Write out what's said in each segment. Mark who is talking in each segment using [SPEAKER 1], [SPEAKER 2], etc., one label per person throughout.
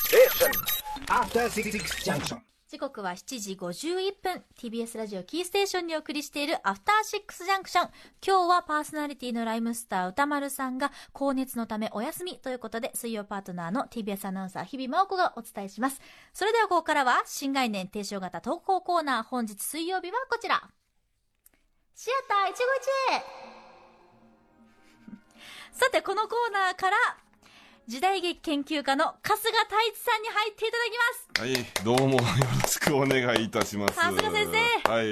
[SPEAKER 1] Station. After Six Junction.
[SPEAKER 2] 時刻は7時51分 TBS ラジオキーステーションにお送りしているアフターシックスジャンクション今日はパーソナリティのライムスター歌丸さんが高熱のためお休みということで水曜パートナーの TBS アナウンサー日比真央子がお伝えしますそれではここからは新概念提唱型投稿コーナー本日水曜日はこちらシアター151さてこのコーナーから時代劇研究家の春日太一さんに入っていただきます
[SPEAKER 3] はい、どうもよろしくお願いいたします。
[SPEAKER 2] さすが先生
[SPEAKER 3] はい。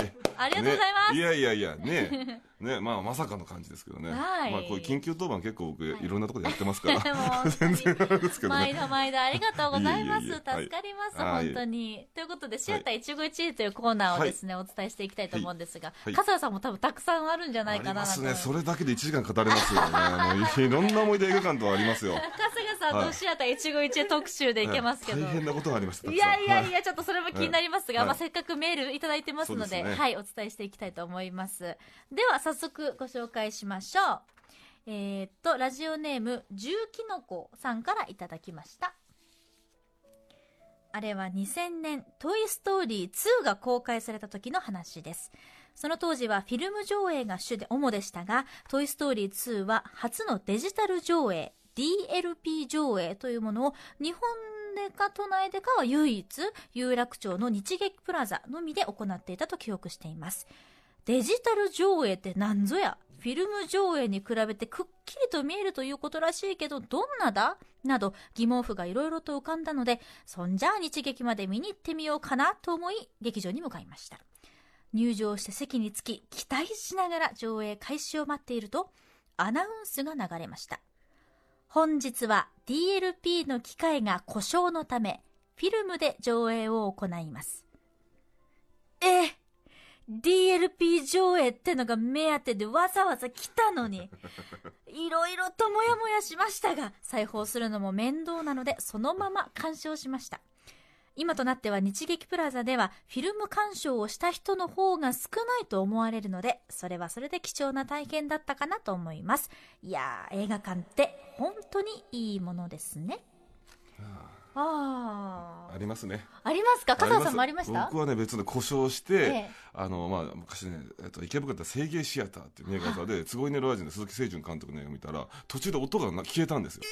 [SPEAKER 2] あ
[SPEAKER 3] あり
[SPEAKER 2] りがとうございます、
[SPEAKER 3] いやいやい や、ね、ね、まあまさかの感じですけどね。
[SPEAKER 2] はい
[SPEAKER 3] まあこういう緊急当番結構僕、い、ろんなところでやってます か
[SPEAKER 2] もう
[SPEAKER 3] ら。 全然あれですけど
[SPEAKER 2] 毎
[SPEAKER 3] ね。
[SPEAKER 2] 度毎度ありがとうございます。
[SPEAKER 3] いえいえいえ
[SPEAKER 2] 助かります、
[SPEAKER 3] はい
[SPEAKER 2] 本当に。ということで、シアター一期一会というコーナーをですね、お伝えしていきたいと思うんですが、
[SPEAKER 3] はい
[SPEAKER 2] 笠原さんも多分たくさんあるんじゃ
[SPEAKER 3] あ
[SPEAKER 2] ない
[SPEAKER 3] り
[SPEAKER 2] かな
[SPEAKER 3] ま
[SPEAKER 2] と
[SPEAKER 3] す
[SPEAKER 2] 思い
[SPEAKER 3] ね。
[SPEAKER 2] ます
[SPEAKER 3] それだけで1時間語れますよね。もういろんな思い出映画館とはありますよ。
[SPEAKER 2] 春日さん
[SPEAKER 3] は
[SPEAKER 2] の
[SPEAKER 3] い
[SPEAKER 2] シアター一期一会特集 でいけますけど。
[SPEAKER 3] はい大変
[SPEAKER 2] い
[SPEAKER 3] なことがありました。
[SPEAKER 2] やいやい
[SPEAKER 3] や。
[SPEAKER 2] や、ちょっとそれも気になりますが、
[SPEAKER 3] はい
[SPEAKER 2] まあ、せっかくメールいただいてますので、
[SPEAKER 3] そうですね
[SPEAKER 2] はい、お伝えしていきたいと思います。では、早速ご紹介しましょう。えーっと、ラジオネーム、重きのこさんからいただきました。あれは2000年、トイ・ストーリー2が公開された時の話です。その当時はフィルム上映が主で主でしたが、トイ・ストーリー2は初のデジタル上映、DLP 上映というものを日本でか都内でかは唯一、有楽町の日劇プラザのみで行っていたと記憶しています。デジタル上映って何ぞやフィルム上映に比べてくっきりと見えるということらしいけど、どんなだなど疑問符がいろいろと浮かんだので、そんじゃあ日劇まで見に行ってみようかなと思い、劇場に向かいました。入場して席に着き、期待しながら上映開始を待っていると、アナウンスが流れました。本日は DLP の機械が故障のため、フィルムで上映を行います。ええ DLP 上映ってのが目当てでわざわざ来たのに、いろいろともやもやしましたが、裁縫するのも面倒なので、そのまま鑑賞しました。今となっては日劇プラザではフィルム鑑賞をした人の方が少ないと思われるので、それはそれで貴重な体験だったかなと思います。いやー、映画館って本当にいいものですね。あ
[SPEAKER 3] ありますね。
[SPEAKER 2] あ。ありますか笠原さんもありました
[SPEAKER 3] 僕はね、別の故障し
[SPEAKER 2] え
[SPEAKER 3] て
[SPEAKER 2] え、
[SPEAKER 3] あの、まあ、昔ね、えっと、池袋だったら、芸シアターっていう映画座で、坪井ネロアジンで鈴木清純監督の映画見たら、途中で音がな消えたんですよ。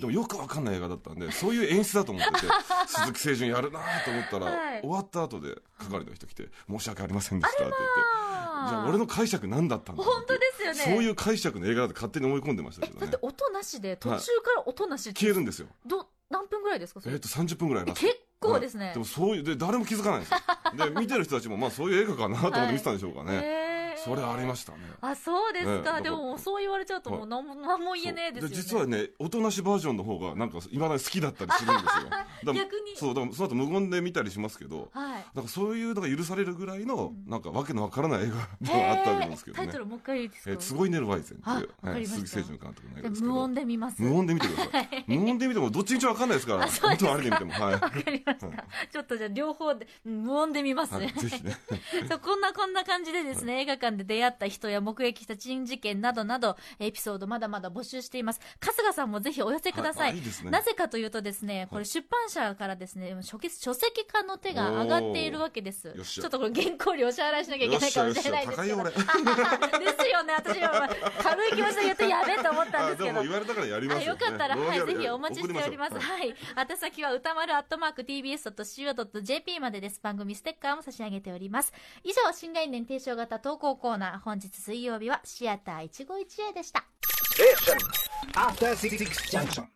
[SPEAKER 3] でもよくわかんない映画だったんで、そういう演出だと 思ってて、鈴木清純やるなと思ったら、
[SPEAKER 2] はい
[SPEAKER 3] 終わった後で係の人来て、申し訳ありませんでしたって言って、じゃあ俺
[SPEAKER 2] の
[SPEAKER 3] の解釈何だったんだろう
[SPEAKER 2] 本
[SPEAKER 3] って
[SPEAKER 2] 当ですよね。
[SPEAKER 3] そういう解釈の映画だと勝手に思い込んでましたけど
[SPEAKER 2] だっ
[SPEAKER 3] ね
[SPEAKER 2] て。音なしで、途中から音なしって、
[SPEAKER 3] 消えるんですよ。
[SPEAKER 2] ど、何分ぐらいですかそ
[SPEAKER 3] え
[SPEAKER 2] れ
[SPEAKER 3] っと、30分ぐらいあります
[SPEAKER 2] 結構ですね
[SPEAKER 3] はいでもそういう、で、誰も気づかないんですよ。で、見てる人たちも、まあそういう映画かなと思って見てたんでしょうかね。
[SPEAKER 2] えー
[SPEAKER 3] それありましたね。
[SPEAKER 2] あ、そうですか。
[SPEAKER 3] ええ
[SPEAKER 2] でも、そう言われちゃうと、もう何も、何も言えねえですよね。
[SPEAKER 3] そう実はね、おとなしバージョンの方が、なんか、いまだに好きだったりするんですよだから。
[SPEAKER 2] 逆に
[SPEAKER 3] そう、だからその後無言で見たりしますけど、
[SPEAKER 2] はい。
[SPEAKER 3] なんかそういうのが許されるぐらいの、なんかわけのわからない映画
[SPEAKER 2] へ
[SPEAKER 3] が
[SPEAKER 2] ー
[SPEAKER 3] あったわけですけど
[SPEAKER 2] タイ
[SPEAKER 3] ね
[SPEAKER 2] ト。ルもう一回いいですか、
[SPEAKER 3] えー、すごいネルワイゼンって
[SPEAKER 2] あ
[SPEAKER 3] いう、
[SPEAKER 2] わかりました
[SPEAKER 3] 鈴木誠純監督の映
[SPEAKER 2] で
[SPEAKER 3] 画ですけど。
[SPEAKER 2] 無音で見ます。
[SPEAKER 3] 無音で見てください。無音で見ても、どっちみちわかんないですから、
[SPEAKER 2] そう
[SPEAKER 3] 本
[SPEAKER 2] です
[SPEAKER 3] 当
[SPEAKER 2] か
[SPEAKER 3] はあれで見ても、はい。
[SPEAKER 2] わかりました。ちょっとじゃあ両方で、無音で見ます
[SPEAKER 3] は
[SPEAKER 2] ね
[SPEAKER 3] い、。ぜひね。
[SPEAKER 2] そうこんなこんな感じでですね、映画館で出会った人や目撃した珍事件などなど、エピソードまだまだ募集しています。春日さんもぜひお寄せください。
[SPEAKER 3] はいあいいですね
[SPEAKER 2] なぜかというとですね、これ出版社からですね、書籍書籍化の手が上がっているわけです。
[SPEAKER 3] おーよっ
[SPEAKER 2] ち
[SPEAKER 3] しゃ
[SPEAKER 2] ょっとこれ原稿料お支払いしなきゃいけないかもしれないですけど。
[SPEAKER 3] よっしゃよっしゃ
[SPEAKER 2] ですよね、私は軽い気持ちで言ってやべえと思ったん
[SPEAKER 3] あ
[SPEAKER 2] です
[SPEAKER 3] で
[SPEAKER 2] けど
[SPEAKER 3] も。言われたからやりま
[SPEAKER 2] あ
[SPEAKER 3] すよ、
[SPEAKER 2] よ
[SPEAKER 3] ね。
[SPEAKER 2] かったら、はい、
[SPEAKER 3] ロイヤ
[SPEAKER 2] ぜ
[SPEAKER 3] ル
[SPEAKER 2] ひお待ちしております。
[SPEAKER 3] 送ょ
[SPEAKER 2] はい。宛先は歌丸アットマーク tbs.co.jp までです。番組ステッカーも差し上げております。以上、新概念提唱型投稿コーナー、本日水曜日はシアター151 a でした。
[SPEAKER 1] Station. After Six Junction.